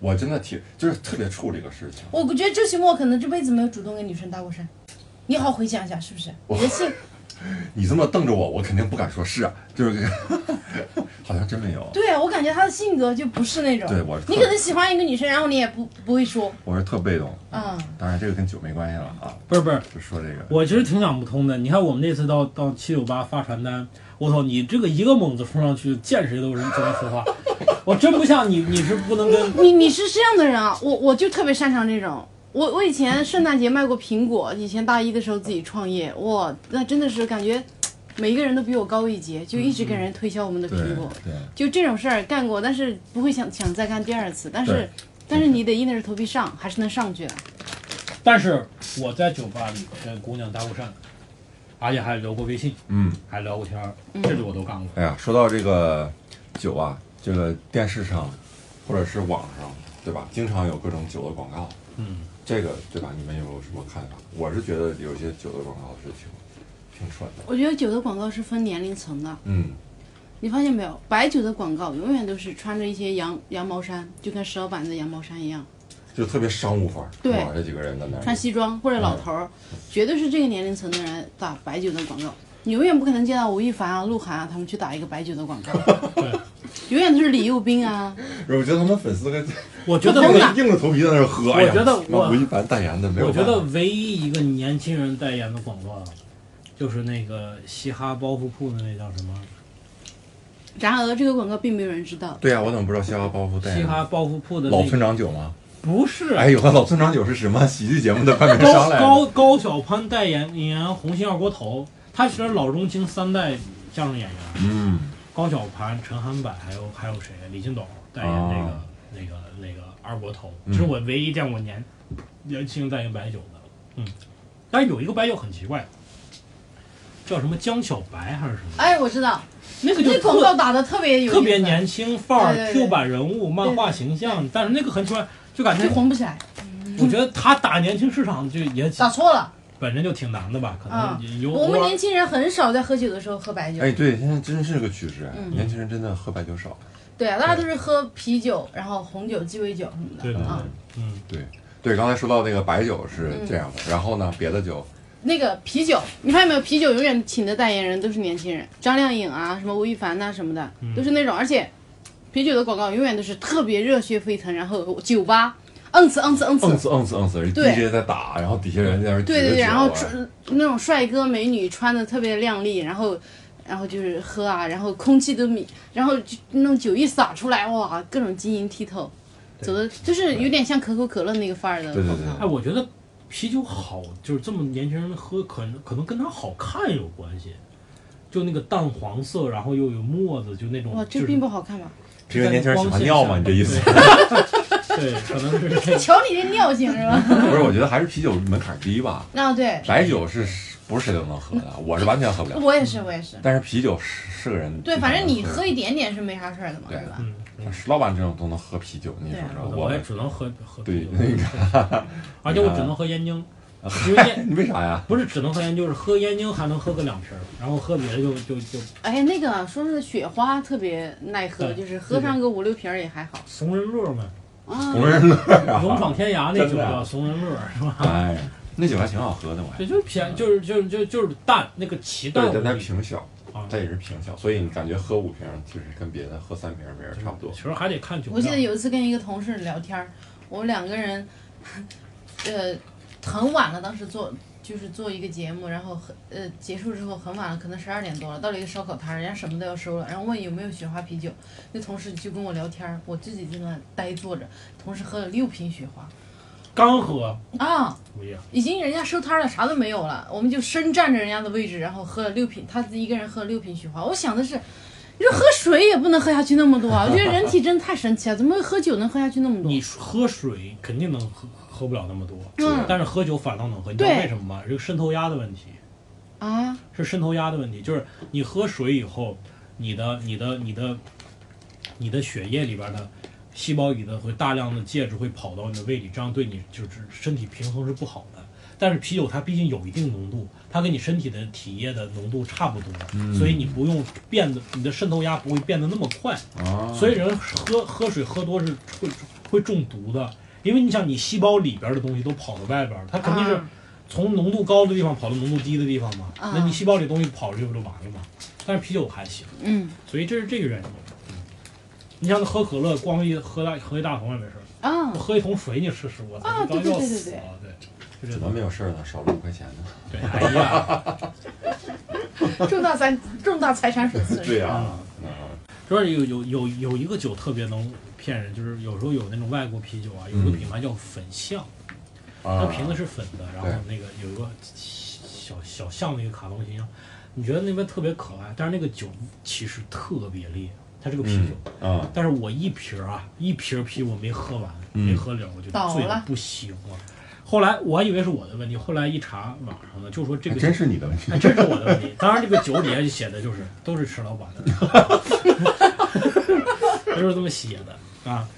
Speaker 1: 我真的挺就是特别怵这个事情。
Speaker 3: 我觉得周奇墨可能这辈子没有主动跟女生搭过讪，你好好回想一下，是不是？你的性
Speaker 1: 你这么瞪着我，我肯定不敢说是啊，就是 [LAUGHS] 好像真没有。
Speaker 3: 对啊，我感觉他的性格就不是那种。
Speaker 1: 对我是
Speaker 3: 你可能喜欢一个女生，然后你也不不会说，
Speaker 1: 我是特被动
Speaker 3: 嗯，
Speaker 1: 当然这个跟酒没关系了啊，
Speaker 2: 不是不是，
Speaker 1: 就说这个。
Speaker 2: 我其实挺想不通的。你看我们那次到到七九八发传单，我操，你这个一个猛子冲上去，见谁都是怎么说话，我真不像你，你是不能跟
Speaker 3: 你你是这样的人啊，我我就特别擅长这种。我我以前圣诞节卖过苹果，以前大一的时候自己创业，哇，那真的是感觉每一个人都比我高一截，就一直跟人推销我们的
Speaker 1: 嗯对
Speaker 3: 苹果。
Speaker 1: 对
Speaker 3: 就这种事儿干过，但是不会想想再干第二次。但
Speaker 1: 对
Speaker 3: 是，但是你得硬着头皮上，还是能上去的。啊
Speaker 2: 但是我在酒吧里跟姑娘搭过讪，而且还聊过微信，
Speaker 1: 嗯，
Speaker 2: 还聊过天儿，这些我都干过。
Speaker 1: 哎呀，说到这个酒啊，这个电视上或者是网上，对吧？经常有各种酒的广告，
Speaker 2: 嗯，
Speaker 1: 这个对吧？你们有什么看法？我是觉得有些酒的广告是挺挺蠢的。
Speaker 3: 我觉得酒的广告是分年龄层的，
Speaker 1: 嗯，
Speaker 3: 你发现没有？白酒的广告永远都是穿着一些羊羊毛衫，就跟石老板的羊毛衫一样，
Speaker 1: 就特别商务范儿。
Speaker 3: 对
Speaker 1: 哇这几个人在那
Speaker 3: 穿
Speaker 1: 儿，
Speaker 3: 西装或者老头儿，绝对是这个年龄层的人打白酒的广告。你永远不可能见到吴亦凡啊、鹿晗啊他们去打一个白酒的广告，
Speaker 2: 对，
Speaker 3: 永远都是李幼斌啊，
Speaker 1: 我觉得他们粉丝跟
Speaker 2: 我觉得
Speaker 3: 真
Speaker 1: 硬
Speaker 3: 的
Speaker 2: 唯
Speaker 1: 着硬着头皮在那儿喝。
Speaker 2: 我
Speaker 1: 哎呀
Speaker 2: 觉得
Speaker 1: 那
Speaker 2: 我
Speaker 1: 吴亦凡代言的没有
Speaker 2: 我
Speaker 1: 办法。
Speaker 2: 觉得唯一一个年轻人代言的广告，啊就是那个嘻哈包袱铺的那叫什么？
Speaker 3: 然而这个广告并没有人知道。
Speaker 1: 对呀、啊我怎么不知道嘻哈包袱代
Speaker 2: 嘻
Speaker 1: 言
Speaker 2: 哈包袱铺的
Speaker 1: 老
Speaker 2: 那
Speaker 1: 村
Speaker 2: 个
Speaker 1: 长酒吗？
Speaker 2: 不是啊
Speaker 1: 哎呦，老村长酒是什么喜剧节目的冠名商
Speaker 2: 高
Speaker 1: 来
Speaker 2: 高
Speaker 1: 着？
Speaker 2: 高晓攀代言人红星二锅头，他是老中青三代相声演员，
Speaker 1: 嗯，
Speaker 2: 高晓攀、陈涵柏还有还有谁？李金斗代言那个、
Speaker 1: 啊
Speaker 2: 那个那个二锅头，
Speaker 1: 嗯
Speaker 2: 这是我唯一见过年年轻代言白酒的。嗯，但是有一个白酒很奇怪，叫什么江小白还是什么？
Speaker 3: 哎，我知道，
Speaker 2: 那个就
Speaker 3: 那
Speaker 2: 特
Speaker 3: 广告打的特别有
Speaker 2: 特别
Speaker 3: 意思
Speaker 2: 年轻范儿
Speaker 3: 对对对
Speaker 2: ，Q 版人物、漫画形象，但是那个很奇怪，就感觉
Speaker 3: 就红不起来，
Speaker 2: 我觉得他打年轻市场就也
Speaker 3: 打错了。
Speaker 2: 本身就挺难的吧，可
Speaker 3: 啊
Speaker 2: 能也有
Speaker 3: 我们
Speaker 2: 偶尔
Speaker 3: 年轻人很少在喝酒的时候喝白酒，
Speaker 1: 哎，对，现在真是个趋势，啊
Speaker 3: 嗯
Speaker 1: 年轻人真的喝白酒少。
Speaker 3: 对啊，大家都是喝啤酒，然后红酒、鸡尾酒什么的。
Speaker 2: 对对
Speaker 3: 啊，
Speaker 2: 对，嗯，
Speaker 1: 对对，刚才说到那个白酒是
Speaker 3: 嗯
Speaker 1: 这样的，然后呢，别的酒，
Speaker 3: 那个啤酒，你发现没有？啤酒永远请的代言人都是年轻人，张靓颖啊，什么吴亦凡呐、什么的，
Speaker 1: 嗯
Speaker 3: 都是那种，而且啤酒的广告永远都是特别热血沸腾，然后酒吧，嗯呲嗯呲嗯
Speaker 1: 嗯
Speaker 3: 呲，
Speaker 1: 呲嗯呲嗯呲
Speaker 3: 对
Speaker 1: ，DJ 在打，然后底下人在那儿举
Speaker 3: 对
Speaker 1: 着
Speaker 3: 对
Speaker 1: 酒
Speaker 3: 对，然后
Speaker 1: 啊
Speaker 3: 穿那种帅哥美女穿的特别靓丽，然后。然后就是喝啊，然后空气都米，然后就那种酒一洒出来，哇，各种晶莹剔透，走的就是有点像可口可乐那个范儿的
Speaker 1: 对对
Speaker 3: 广
Speaker 1: 对
Speaker 3: 告。
Speaker 2: 哎，我觉得啤酒好，就是这么年轻人喝，可能可能跟它好看有关系，就那个淡黄色，然后又有沫子，就那种
Speaker 3: 哇，
Speaker 2: 就
Speaker 3: 这
Speaker 2: 是
Speaker 3: 并不好看吧？
Speaker 1: 是因为年轻人喜欢尿吗？你这意思？
Speaker 2: 对， [LAUGHS] 可能是这
Speaker 3: 瞧你这尿性是吧？
Speaker 1: [LAUGHS]
Speaker 3: [LAUGHS]
Speaker 1: 不是，我觉得还是啤酒门槛低吧，
Speaker 3: 那对，
Speaker 1: 白酒是不是谁都能喝的，我是完全喝不了，
Speaker 3: 我也是，我也是。
Speaker 1: 但是啤酒是是个人
Speaker 3: 对，反正你
Speaker 1: 经常
Speaker 3: 喝一点点是没啥事儿的嘛，
Speaker 1: 对
Speaker 3: 是吧？
Speaker 2: 嗯，
Speaker 1: 像石老板这种都能喝啤酒，你说说
Speaker 2: 我
Speaker 1: 我
Speaker 2: 也只能喝喝
Speaker 1: 对 [LAUGHS] 啊
Speaker 2: 啤酒，而且我只能喝燕京， [LAUGHS] 因为燕
Speaker 1: 你为啥呀？
Speaker 2: 不是只能喝燕京，就是喝燕京还能喝个两瓶儿，然后喝别的就就就
Speaker 3: 哎，那个说是雪花特别耐喝，
Speaker 2: 对
Speaker 3: 就是喝上个五六瓶儿也还好。
Speaker 2: 怂人乐嘛，
Speaker 3: 啊，
Speaker 1: 同人乐 [LAUGHS] 啊，
Speaker 2: 勇闯天涯那酒
Speaker 1: 真的啊
Speaker 2: 叫怂人乐是吧？
Speaker 1: 哎呀，那酒还挺好喝的，我还
Speaker 2: 对，就是偏，就是就是就是就是淡，那个奇淡
Speaker 1: 对，
Speaker 2: 无
Speaker 1: 但它
Speaker 2: 比。
Speaker 1: 平小，
Speaker 2: 啊
Speaker 1: 它也是平小，所以你感觉喝五瓶就是跟别的喝三瓶没人差不多
Speaker 2: 其。实还得看酒量。
Speaker 3: 我记得有一次跟一个同事聊天儿，我们两个人，呃，很晚了，当时做就是做一个节目，然后很呃结束之后很晚了，可能十二点多了，到了一个烧烤摊儿，人家什么都要收了，然后问有没有雪花啤酒，那同事就跟我聊天儿，我自己在那呆坐着，同事喝了六瓶雪花
Speaker 2: 刚喝
Speaker 3: 啊。
Speaker 2: 不一样，
Speaker 3: 已经人家收摊了，啥都没有了，我们就深占着人家的位置，然后喝了六瓶，他一个人喝了六瓶雪花。我想的是，你说喝水也不能喝下去那么多啊！我觉得人体真的太神奇了，怎么喝酒能喝下去那么多？
Speaker 2: 你喝水肯定能喝喝不了那么多，
Speaker 3: 嗯
Speaker 2: 但是喝酒反倒能喝，你知道
Speaker 3: 对
Speaker 2: 为什么吗？这个渗透压的问题
Speaker 3: 啊，
Speaker 2: 是渗透压的问题，就是你喝水以后，你的你的你的你的血液里边的细胞里的会大量的介质会跑到你的胃里，这样对你就是身体平衡是不好的。但是啤酒它毕竟有一定浓度，它跟你身体的体液的浓度差不多，所以你不用变得你的渗透压不会变得那么快。
Speaker 1: 啊
Speaker 2: 所以人喝喝水喝多是会会中毒的，因为你想你细胞里边的东西都跑到外边儿，它肯定是
Speaker 3: 啊
Speaker 2: 从浓度高的地方跑到浓度低的地方嘛。
Speaker 3: 啊
Speaker 2: 那你细胞里东西跑出去不就完了吗？但是啤酒还行，
Speaker 3: 嗯
Speaker 2: 所以这是这个原因。嗯你像喝可乐，光一喝大喝一大桶也没事儿，
Speaker 3: 啊
Speaker 2: 我，喝一桶水你试试，我操，
Speaker 3: 啊
Speaker 2: 刚
Speaker 3: 对对
Speaker 2: 要
Speaker 3: 对
Speaker 2: 死
Speaker 3: 对
Speaker 2: 啊！对，就这
Speaker 1: 怎
Speaker 2: 种
Speaker 1: 么没有事儿呢？少了五块钱呢？ [LAUGHS]
Speaker 2: 对，哎呀，
Speaker 3: 重大财重大财产损失。
Speaker 1: 呀，
Speaker 2: 嗯
Speaker 1: 嗯
Speaker 2: 就是有有有有一个酒特别能骗人，就是有时候有那种外国啤酒啊，有一个
Speaker 1: 嗯
Speaker 2: 品牌叫粉象。
Speaker 1: 啊
Speaker 2: 它瓶子是粉的，然后
Speaker 1: 对
Speaker 2: 那个有一个小小像那个卡通形象，你觉得那边特别可爱，但是那个酒其实特别烈，它是个啤酒，
Speaker 1: 啊，
Speaker 2: 但是我一瓶儿啊，一瓶儿啤我没喝完，
Speaker 1: 嗯
Speaker 2: 没喝了，我就
Speaker 3: 倒
Speaker 2: 醉
Speaker 3: 了
Speaker 2: 不行了。后来我还以为是我的问题，后来一查网上的就说这
Speaker 1: 嗯还
Speaker 2: 个
Speaker 1: 真是你的问题。
Speaker 2: 哎，这是我的问题。当然，这个酒底下就写的就是都是吃老板的， [LAUGHS] 他就是这么写的啊。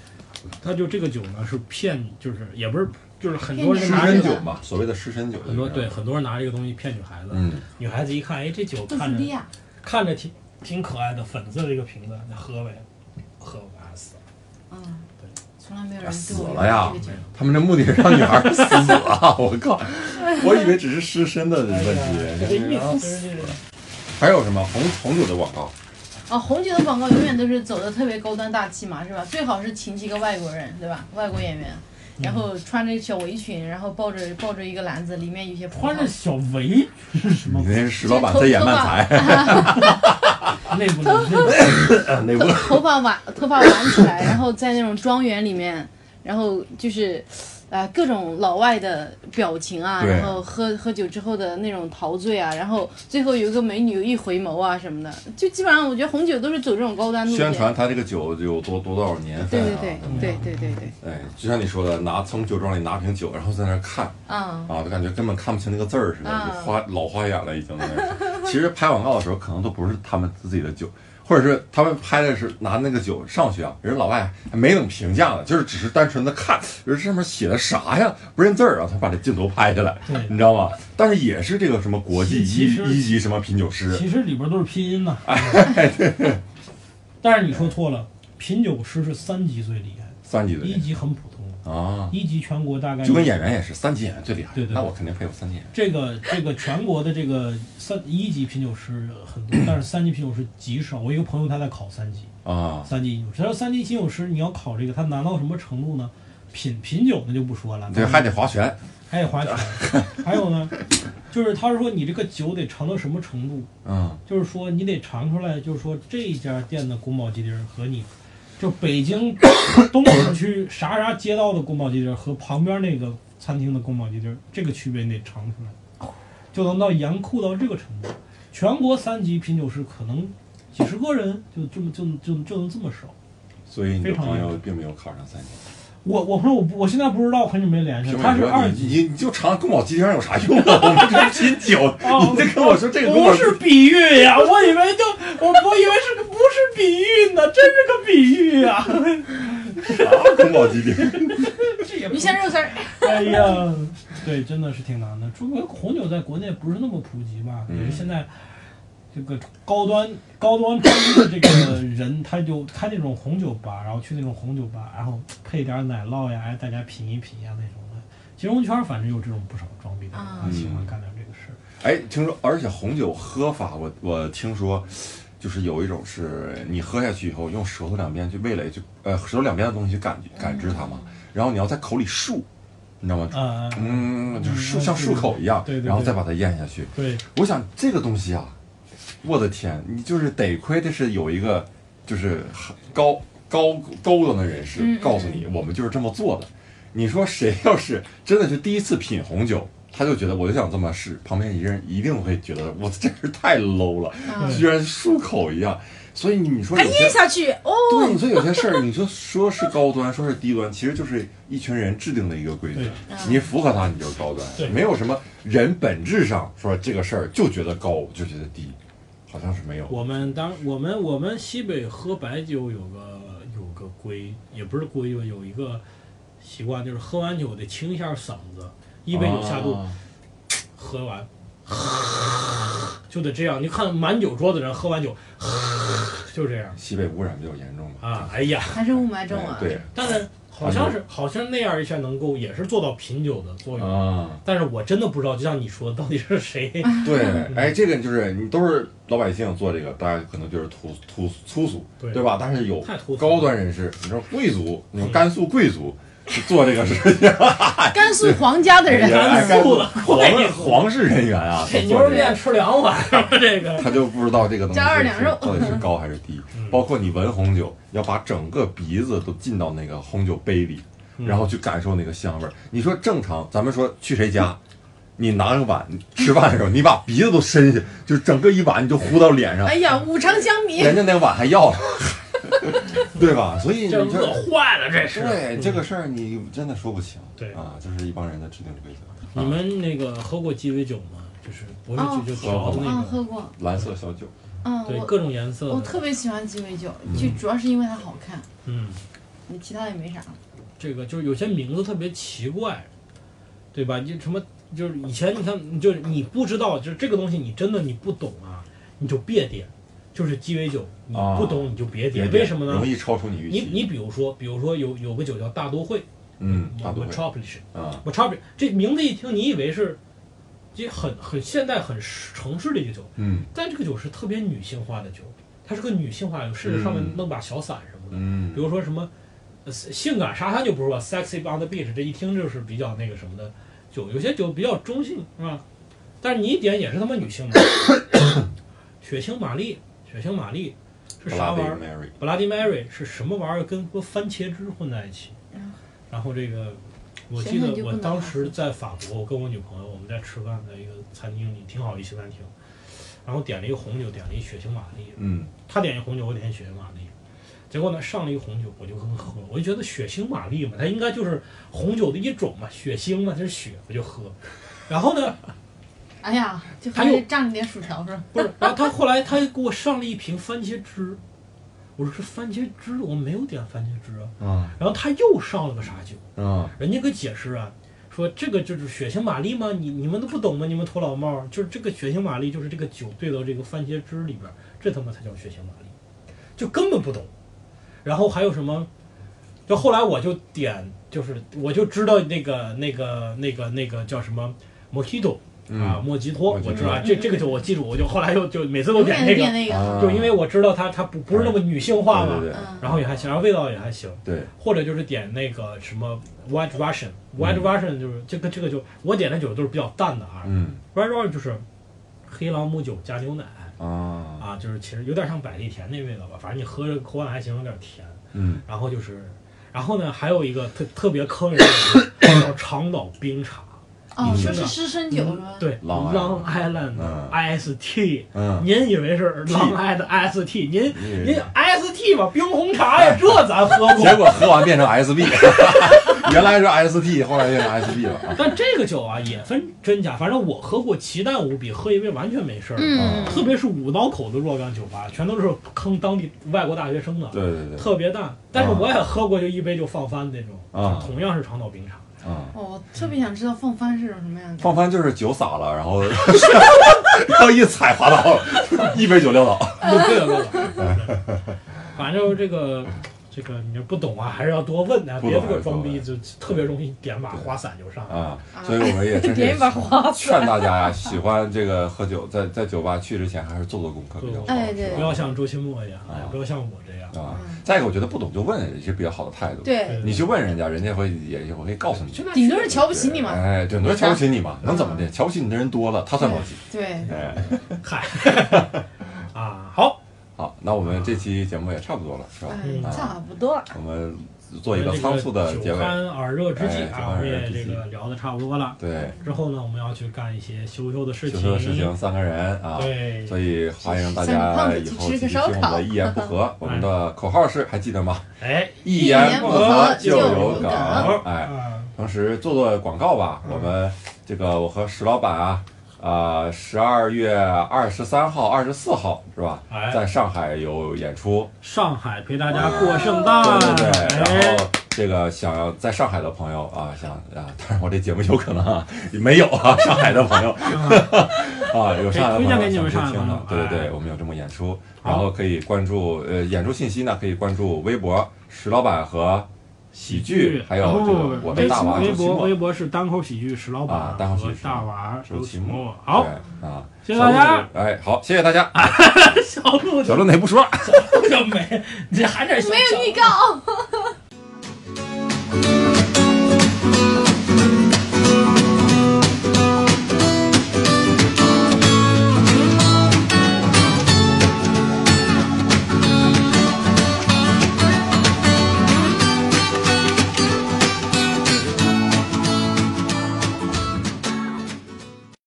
Speaker 2: 他就这个酒呢是骗，就是也不是，就是很多人
Speaker 1: 湿
Speaker 2: 拿
Speaker 3: 骗
Speaker 1: 身
Speaker 2: 这
Speaker 3: 女
Speaker 2: 个
Speaker 3: 孩
Speaker 1: 酒嘛，所谓的湿身酒。
Speaker 2: 很多对，很多人拿这个东西骗女孩子。
Speaker 1: 嗯，
Speaker 2: 女孩子一看，哎，这酒
Speaker 3: 哥
Speaker 2: 看
Speaker 3: 斯
Speaker 2: 着
Speaker 3: 利亚，
Speaker 2: 看着挺挺可爱的，粉色的一个瓶子，那喝呗，喝吧死了。
Speaker 3: 嗯
Speaker 2: 对，
Speaker 3: 从来没有
Speaker 1: 啊
Speaker 3: 人
Speaker 1: 死
Speaker 3: 对我
Speaker 1: 了呀
Speaker 3: 这个酒
Speaker 1: 他们这目的是让女孩死啊！我靠，我以为只是湿身的问
Speaker 2: 哎呀
Speaker 1: 题。啊
Speaker 2: 这个意思就是这个。
Speaker 1: 还有什么红红酒的广告？
Speaker 3: 啊，红酒的广告永远都是走的特别高端大气嘛，是吧？最好是请几个外国人，对吧？外国演员，然后穿着小围裙，然后抱着抱着一个篮子，里面有些葡
Speaker 2: 穿着
Speaker 3: 萄。
Speaker 2: 小围是什么
Speaker 1: 你？那是石老板在演漫才，
Speaker 2: 内部的内部
Speaker 1: [LAUGHS]
Speaker 2: 的
Speaker 1: 那不
Speaker 3: 头发挽头发挽起来，然后在那种庄园里面，然后就是，呃，各种老外的表情啊，
Speaker 1: 对
Speaker 3: 然后喝喝酒之后的那种陶醉啊，然后最后有一个美女一回眸啊什么的，就基本上我觉得红酒都是走这种高端路线。
Speaker 1: 宣传他这个酒有多多多少年份
Speaker 3: 对
Speaker 1: 啊
Speaker 3: 对？对对对对对，
Speaker 1: 哎，就像你说的，拿从酒庄里拿瓶酒，然后在那儿看
Speaker 3: 啊、
Speaker 1: 啊，就感觉根本看不清那个字儿似的，
Speaker 3: 啊
Speaker 1: 就花老花眼了已经在那儿。其实拍广告的时候，可能都不是他们自己的酒，或者是他们拍的是拿那个酒上去啊，人家老外还没等评价呢，就是只是单纯的看，人这上面写的啥呀，不认字儿啊，他把这镜头拍下来
Speaker 2: 对，
Speaker 1: 你知道吗？但 [LAUGHS] 是也是这个什么国际
Speaker 2: 其
Speaker 1: 一
Speaker 2: 实
Speaker 1: 一级什么品酒师，
Speaker 2: 其实里边都是拼音呐。
Speaker 1: 哎
Speaker 2: 但是你说错了，品酒师是三级最厉害，
Speaker 1: 三级的
Speaker 2: 一
Speaker 1: 人
Speaker 2: 级很普通，
Speaker 1: 啊，
Speaker 2: 一级全国大概
Speaker 1: 就跟演员也是，三级演员最厉害，
Speaker 2: 对对
Speaker 1: 那我肯定佩服三级演员。
Speaker 2: 这个这个全国的这个三一级品酒师很多，但是三级品酒师极少。我一个朋友他在考三级，
Speaker 1: 啊，
Speaker 2: 三级品酒师，他说三级品酒师你要考这个，他难到什么程度呢？品品酒那就不说了，
Speaker 1: 啊对，
Speaker 2: 那
Speaker 1: 还得划拳，
Speaker 2: 还得划拳，
Speaker 1: [LAUGHS]
Speaker 2: 还有呢，就是他说你这个酒得尝到什么程度，
Speaker 1: 嗯，
Speaker 2: 就是说你得尝出来，就是说这家店的宫保鸡丁儿和你，就北京东城区啥啥街道的宫保鸡丁儿和旁边那个餐厅的宫保鸡丁儿，这个区别你得尝出来，就能到严酷到这个程度。全国三级品酒师可能几十个人就这么就就就能这么少。
Speaker 1: 所以你的
Speaker 2: 非常
Speaker 1: 朋友并没有考上三级。
Speaker 2: 我我朋友我不我现在不知道，很久没联系
Speaker 1: 评委
Speaker 2: 了。他是
Speaker 1: 说
Speaker 2: 二
Speaker 1: 你
Speaker 2: 级，
Speaker 1: 你你就尝宫保鸡丁有啥用啊？我们这是品酒，
Speaker 2: 哦
Speaker 1: 你再跟我说这个宫保
Speaker 2: 不
Speaker 1: 鸡
Speaker 2: 是比喻呀、我以为就我我以为是个不是比喻呢，真是个比喻 [LAUGHS] 呀、
Speaker 1: 啥啊宫保鸡丁，
Speaker 2: 这也不
Speaker 3: 鱼香肉丝儿。
Speaker 2: 哎呀，对，真的是挺难的。中国红酒在国内不是那么普及吧？
Speaker 1: 嗯
Speaker 2: 也是现在这个高端高端专业的这个人，他就开那种红酒吧，然后去那种红酒吧，然后配点奶酪呀，哎大家品一品呀那种的。金融圈反正有这种不少装逼的人，
Speaker 3: 啊
Speaker 2: 喜
Speaker 1: 嗯
Speaker 2: 欢干点这个事儿。
Speaker 1: 哎，听说而且红酒喝法，我我听说。就是有一种是你喝下去以后，用舌头两边去味蕾去，呃，舌头两边的东西去感觉感知它嘛，
Speaker 2: 嗯
Speaker 1: 然后你要在口里漱，你知道吗？
Speaker 2: 啊、
Speaker 1: 嗯，就是漱像漱口一样
Speaker 2: 对对，对
Speaker 1: 然后再把它咽下去。
Speaker 2: 对，
Speaker 1: 我想这个东西啊，我的天，你就是得亏这是有一个就是高高高端的人士
Speaker 3: 嗯
Speaker 1: 告诉你，我们就是这么做的。你说谁要是真的是第一次品红酒，他就觉得我就想这么试，旁边一人一定会觉得我这是太 low 了，
Speaker 3: 嗯
Speaker 1: 居然漱口一样。所以你说
Speaker 3: 还
Speaker 1: 有些
Speaker 3: 咽下去哦。
Speaker 1: 对，你说有些事儿，你说说是高端，说是低端，其实就是一群人制定的一个规则
Speaker 2: 对，
Speaker 1: 嗯你符合它，你就是高端
Speaker 2: 对，
Speaker 1: 没有什么人本质上说这个事儿就觉得高，就觉得低，好像是没有。
Speaker 2: 我们当我们我们西北喝白酒有个有个规，也不是规吧，有一个习惯就是喝完酒得清一下嗓子，一杯酒下肚，
Speaker 1: 啊
Speaker 2: 喝完。就得这样，你看满酒桌子人喝完酒，就这样
Speaker 1: 西北污染比较严重嘛？
Speaker 2: 啊！哎呀，
Speaker 3: 还是雾霾重
Speaker 1: 哎
Speaker 3: 啊！
Speaker 1: 对
Speaker 2: 但是好像
Speaker 1: 嗯
Speaker 2: 是好像那样一下能够也是做到品酒的作用，
Speaker 1: 啊，
Speaker 2: 但是我真的不知道，就像你说，到底是谁？ [LAUGHS]
Speaker 1: 对，哎，这个就是你都是老百姓做这个，大家可能就是粗粗粗俗，
Speaker 2: 对
Speaker 1: 对吧？但是有
Speaker 2: 太粗俗了嗯
Speaker 1: 高端人士，你说贵族，你说甘肃贵族是做这个事情，
Speaker 3: 甘肃皇家的
Speaker 1: 哎
Speaker 3: 人，哎
Speaker 2: 甘肃的
Speaker 1: [LAUGHS] 皇皇室人员
Speaker 2: [LAUGHS]
Speaker 1: 啊，
Speaker 2: 给
Speaker 1: 都
Speaker 2: 牛
Speaker 1: 做
Speaker 2: 肉
Speaker 1: 这个
Speaker 2: 面吃两碗，这个
Speaker 1: 他就不知道这个东西
Speaker 3: 加二两肉
Speaker 1: 是到底是高还是低。
Speaker 2: 嗯
Speaker 1: 包括你闻红酒，要把整个鼻子都进到那个红酒杯里，然后去感受那个香味儿。你说正常，咱们说去谁家，你拿着碗吃饭的时候，你把鼻子都伸下去，就整个一碗你就糊到脸上，
Speaker 3: 哎呀，五常相比，
Speaker 1: 人家那个碗还要了，对吧？所以你
Speaker 2: 这
Speaker 1: 就
Speaker 2: 饿坏了，这是。
Speaker 1: 对这个事儿，你真的说不清。
Speaker 2: 对
Speaker 1: 啊，就是一帮人在制定规则。
Speaker 2: 你
Speaker 1: 啊
Speaker 2: 们那个喝过鸡尾酒吗？就是不是
Speaker 3: 哦
Speaker 2: 就就调的
Speaker 3: 嗯，
Speaker 2: 那
Speaker 3: 喝
Speaker 2: 种，
Speaker 3: 过，
Speaker 1: 蓝色小酒，
Speaker 3: 嗯，
Speaker 2: 对
Speaker 3: 我
Speaker 2: 各种颜色
Speaker 3: 我
Speaker 2: 的。
Speaker 3: 特别喜欢鸡尾酒，
Speaker 1: 嗯
Speaker 3: 就主要是因为它好看，
Speaker 2: 嗯，
Speaker 3: 其他也没啥。
Speaker 2: 这个就是有些名字特别奇怪，对吧？就什么就是以前你看，就是你不知道，就是这个东西你真的你不懂啊，你就别点。就是鸡尾酒，你
Speaker 1: 啊
Speaker 2: 不懂你就别点，
Speaker 1: 别
Speaker 2: 为什么呢
Speaker 1: 容？易超出你预
Speaker 2: 你
Speaker 1: 期。
Speaker 2: 你比如说，比如说有有个酒叫大都会，
Speaker 1: 嗯，大多
Speaker 2: m a
Speaker 1: 会
Speaker 2: t r o p o l i s
Speaker 1: 啊，
Speaker 2: m a t r o p o l i s 这名字一听，你以为是这很很现代很城市的一个酒，
Speaker 1: 嗯
Speaker 2: 但这个酒是特别女性化的酒，它是个女性化的酒，甚至上面弄把小伞什么的，
Speaker 1: 嗯，
Speaker 2: 比如说什么呃性感沙滩就不是吧，sexy on the beach，这一听就是比较那个什么的酒，有些酒比较中性是吧？但是你一点也是他妈女性的， [COUGHS] 血腥玛丽，血腥玛丽是
Speaker 1: 布
Speaker 2: 啥
Speaker 1: 拉
Speaker 2: 玩
Speaker 1: 迪
Speaker 2: 意儿？
Speaker 1: Mary，
Speaker 2: Bloody Mary 是什么玩意儿？跟和番茄汁混在一起。然后这个，我记
Speaker 3: 想想
Speaker 2: 得
Speaker 3: 就不
Speaker 2: 我
Speaker 3: 嗯能
Speaker 2: 当时在法国，我跟我女朋友我们在吃饭，在一个餐厅里，挺好一西餐厅，然后点了一个红酒，点了一血腥玛丽。
Speaker 1: 嗯
Speaker 2: 她点一红酒，我点一血腥玛丽。结果呢，上了一红酒，我就跟喝，我就觉得血腥玛丽嘛，它应该就是红酒的一种嘛，血腥嘛，它是血，我就喝。然后
Speaker 3: [LAUGHS]
Speaker 2: 呢，
Speaker 3: 哎呀，就
Speaker 2: 还有
Speaker 3: 蘸了点薯条是吧？
Speaker 2: 不是，然后他后来他给我上了一瓶番茄汁，我说这番茄汁我没有点番茄汁啊。
Speaker 1: 啊
Speaker 2: 然后他又上了个啥酒？
Speaker 1: 啊，
Speaker 2: 人家给解释啊，说这个就是血腥玛丽吗？你你们都不懂吗？你们土老帽儿就是这个血腥玛丽，就是这个酒兑到这个番茄汁里边儿，这他妈才叫血腥玛丽，就根本不懂。然后还有什么？就后来我就点，就是我就知道那个那个那个那个叫什么 Mojito 啊，
Speaker 1: 嗯
Speaker 2: 莫吉托，
Speaker 1: 莫吉
Speaker 2: 我
Speaker 1: 托
Speaker 2: 知道啊这这个酒我记住，我就后来又就每次都
Speaker 3: 永
Speaker 2: 点
Speaker 3: 远
Speaker 2: 这
Speaker 3: 变
Speaker 2: 个，
Speaker 3: 那个，
Speaker 1: 啊
Speaker 2: 就因为我知道它它不不是那么女性化嘛
Speaker 1: 对，对对
Speaker 3: 嗯，
Speaker 2: 然后也还行，然后味道也还行。
Speaker 1: 对，
Speaker 2: 或者就是点那个什么 White Russian，White Russian 就是这个这个就我点的酒都是比较淡的啊
Speaker 1: 嗯
Speaker 2: ，White Russian 就是黑朗姆酒加牛奶
Speaker 1: 啊，
Speaker 2: 啊，就是其实有点像百利甜那味道吧，反正你喝着口感还行，有点甜。
Speaker 1: 嗯
Speaker 2: 然后就是，然后呢还有一个特特别坑人的叫长岛冰茶，
Speaker 3: 哦，
Speaker 1: 你
Speaker 3: 说
Speaker 2: 知
Speaker 3: 是
Speaker 2: 道
Speaker 3: 湿身酒是吧？，
Speaker 2: 嗯对
Speaker 1: Long
Speaker 2: ，Long Island
Speaker 1: 嗯
Speaker 2: IST。
Speaker 1: 嗯，
Speaker 2: 您以为是
Speaker 1: Tea 嗯
Speaker 2: Long Island IST？您
Speaker 1: 你以为
Speaker 2: 您 IST 吧，冰红茶呀，这咱喝过。
Speaker 1: 结果喝完变成 SB，原来是 ST，后来变成 SB 了啊。
Speaker 2: [LAUGHS] 但这个酒啊也分真假，反正我喝过奇淡无比，喝一杯完全没事儿。
Speaker 3: 嗯，
Speaker 2: 特别是五道口的若干酒吧，全都是坑当地外国大学生的，
Speaker 1: 对对对，
Speaker 2: 特别淡。但是我也喝过，就一杯就放翻那种，
Speaker 1: 啊
Speaker 2: 就同样是长岛冰
Speaker 3: [LAUGHS]
Speaker 2: 茶。
Speaker 1: 啊，
Speaker 3: 哦，我特别想知道放翻是种什么样的。
Speaker 1: 放翻就是酒洒了，然后 [LAUGHS] 然后一踩滑倒，一杯酒撂倒。
Speaker 2: 对了对了，反正这个这个你不懂啊，还是要多问啊，
Speaker 1: 不
Speaker 2: 别
Speaker 1: 懂
Speaker 2: 这
Speaker 1: 还
Speaker 2: 个
Speaker 1: 是
Speaker 2: 装
Speaker 1: 多
Speaker 2: 逼
Speaker 1: 问
Speaker 2: 就特别容易点把花伞就上。
Speaker 1: 啊
Speaker 3: 啊，
Speaker 1: 所以我们也真
Speaker 3: 点
Speaker 1: 是
Speaker 3: 一把花
Speaker 1: 劝大家呀，喜欢这个喝酒，在在酒吧去之前还是做做功课比较好，
Speaker 3: 哎对
Speaker 1: 是吧
Speaker 2: 不要像周清墨一样，哎
Speaker 1: 啊
Speaker 2: 不要像我这样。
Speaker 1: 啊
Speaker 3: 嗯。
Speaker 1: 再一个，我觉得不懂就问也是比较好的态度。，
Speaker 3: 对，
Speaker 1: 你去问人家，人家会也也会告诉你。
Speaker 2: 就那
Speaker 3: 顶多是
Speaker 2: 去
Speaker 3: 瞧不起你嘛。嗯
Speaker 1: 哎，对，多人瞧不起你嘛，能怎么的？瞧不起你的人多了，他算老几？
Speaker 3: 对，
Speaker 1: 哎，
Speaker 2: 嗨啊，好，
Speaker 1: 好，那我们这期节目也差不多了，是吧？
Speaker 2: 嗯
Speaker 3: 哎，差不多了。
Speaker 1: 我们做一个仓促的结
Speaker 2: 酒
Speaker 1: 尾。
Speaker 2: 酣耳热之际
Speaker 1: 哎酒酣
Speaker 2: 啊，我
Speaker 1: 耳
Speaker 2: 们
Speaker 1: 热
Speaker 2: 也
Speaker 1: 之
Speaker 2: 这
Speaker 1: 际
Speaker 2: 个聊的差不多了。
Speaker 1: 对，
Speaker 2: 之后呢，我们要去干一些羞羞的事
Speaker 1: 就
Speaker 2: 情。
Speaker 1: 是事情三个人啊。
Speaker 2: 对，
Speaker 1: 所以欢迎大
Speaker 3: 三个胖
Speaker 1: 家
Speaker 3: 子
Speaker 1: 以
Speaker 3: 去
Speaker 1: 后
Speaker 3: 吃
Speaker 1: 继
Speaker 3: 个
Speaker 1: 续听
Speaker 3: 烧
Speaker 1: 我们
Speaker 3: 烤
Speaker 1: 的一言不 [LAUGHS] 合。我们的口号是，还记得吗？
Speaker 2: 哎，
Speaker 1: 一
Speaker 3: 言
Speaker 1: 言
Speaker 3: 不
Speaker 1: 不
Speaker 3: 合
Speaker 1: 合
Speaker 3: 就
Speaker 1: 就
Speaker 3: 有
Speaker 1: 有
Speaker 3: 梗
Speaker 1: 梗
Speaker 2: 好，，
Speaker 1: 哎。
Speaker 2: 嗯
Speaker 1: 同时做做广告吧。我们这个我和石老板啊，啊，十二月二十三号、二十四号是吧
Speaker 2: 哎？
Speaker 1: 在上海有演出，
Speaker 2: 上海陪大家过圣诞，
Speaker 1: 对对对。然
Speaker 2: 哎
Speaker 1: 后，这个想要在上海的朋友啊，想啊，当然我这节目有可能
Speaker 2: [LAUGHS]
Speaker 1: 啊没有啊，上海的朋友啊，有上海的朋
Speaker 2: 推
Speaker 1: 友
Speaker 2: 荐给
Speaker 1: 想
Speaker 2: 你们
Speaker 1: 去
Speaker 2: 上海
Speaker 1: 听
Speaker 2: 朋友
Speaker 1: 的，对对
Speaker 2: 哎
Speaker 1: 对，我们有这么演出，
Speaker 2: 好
Speaker 1: 然后可以关注呃演出信息呢，可以关注微博石老板和。喜剧，还有
Speaker 2: 啊不
Speaker 1: 这
Speaker 2: 不
Speaker 1: 个
Speaker 2: 不
Speaker 1: 我的大娃
Speaker 2: 微
Speaker 1: 周奇
Speaker 2: 博
Speaker 1: 墨
Speaker 2: 微博是单口喜剧石老板
Speaker 1: 啊单口喜剧
Speaker 2: 和大娃周
Speaker 1: 周
Speaker 2: 奇
Speaker 1: 奇
Speaker 2: 墨
Speaker 1: 墨。
Speaker 2: 哦好，
Speaker 1: 对啊，
Speaker 2: 谢谢大家。
Speaker 1: 哎，好，谢谢大家。
Speaker 2: 小鹿
Speaker 1: 小鹿也不说了，
Speaker 2: 鹿就没，你这还是
Speaker 3: 没有预告。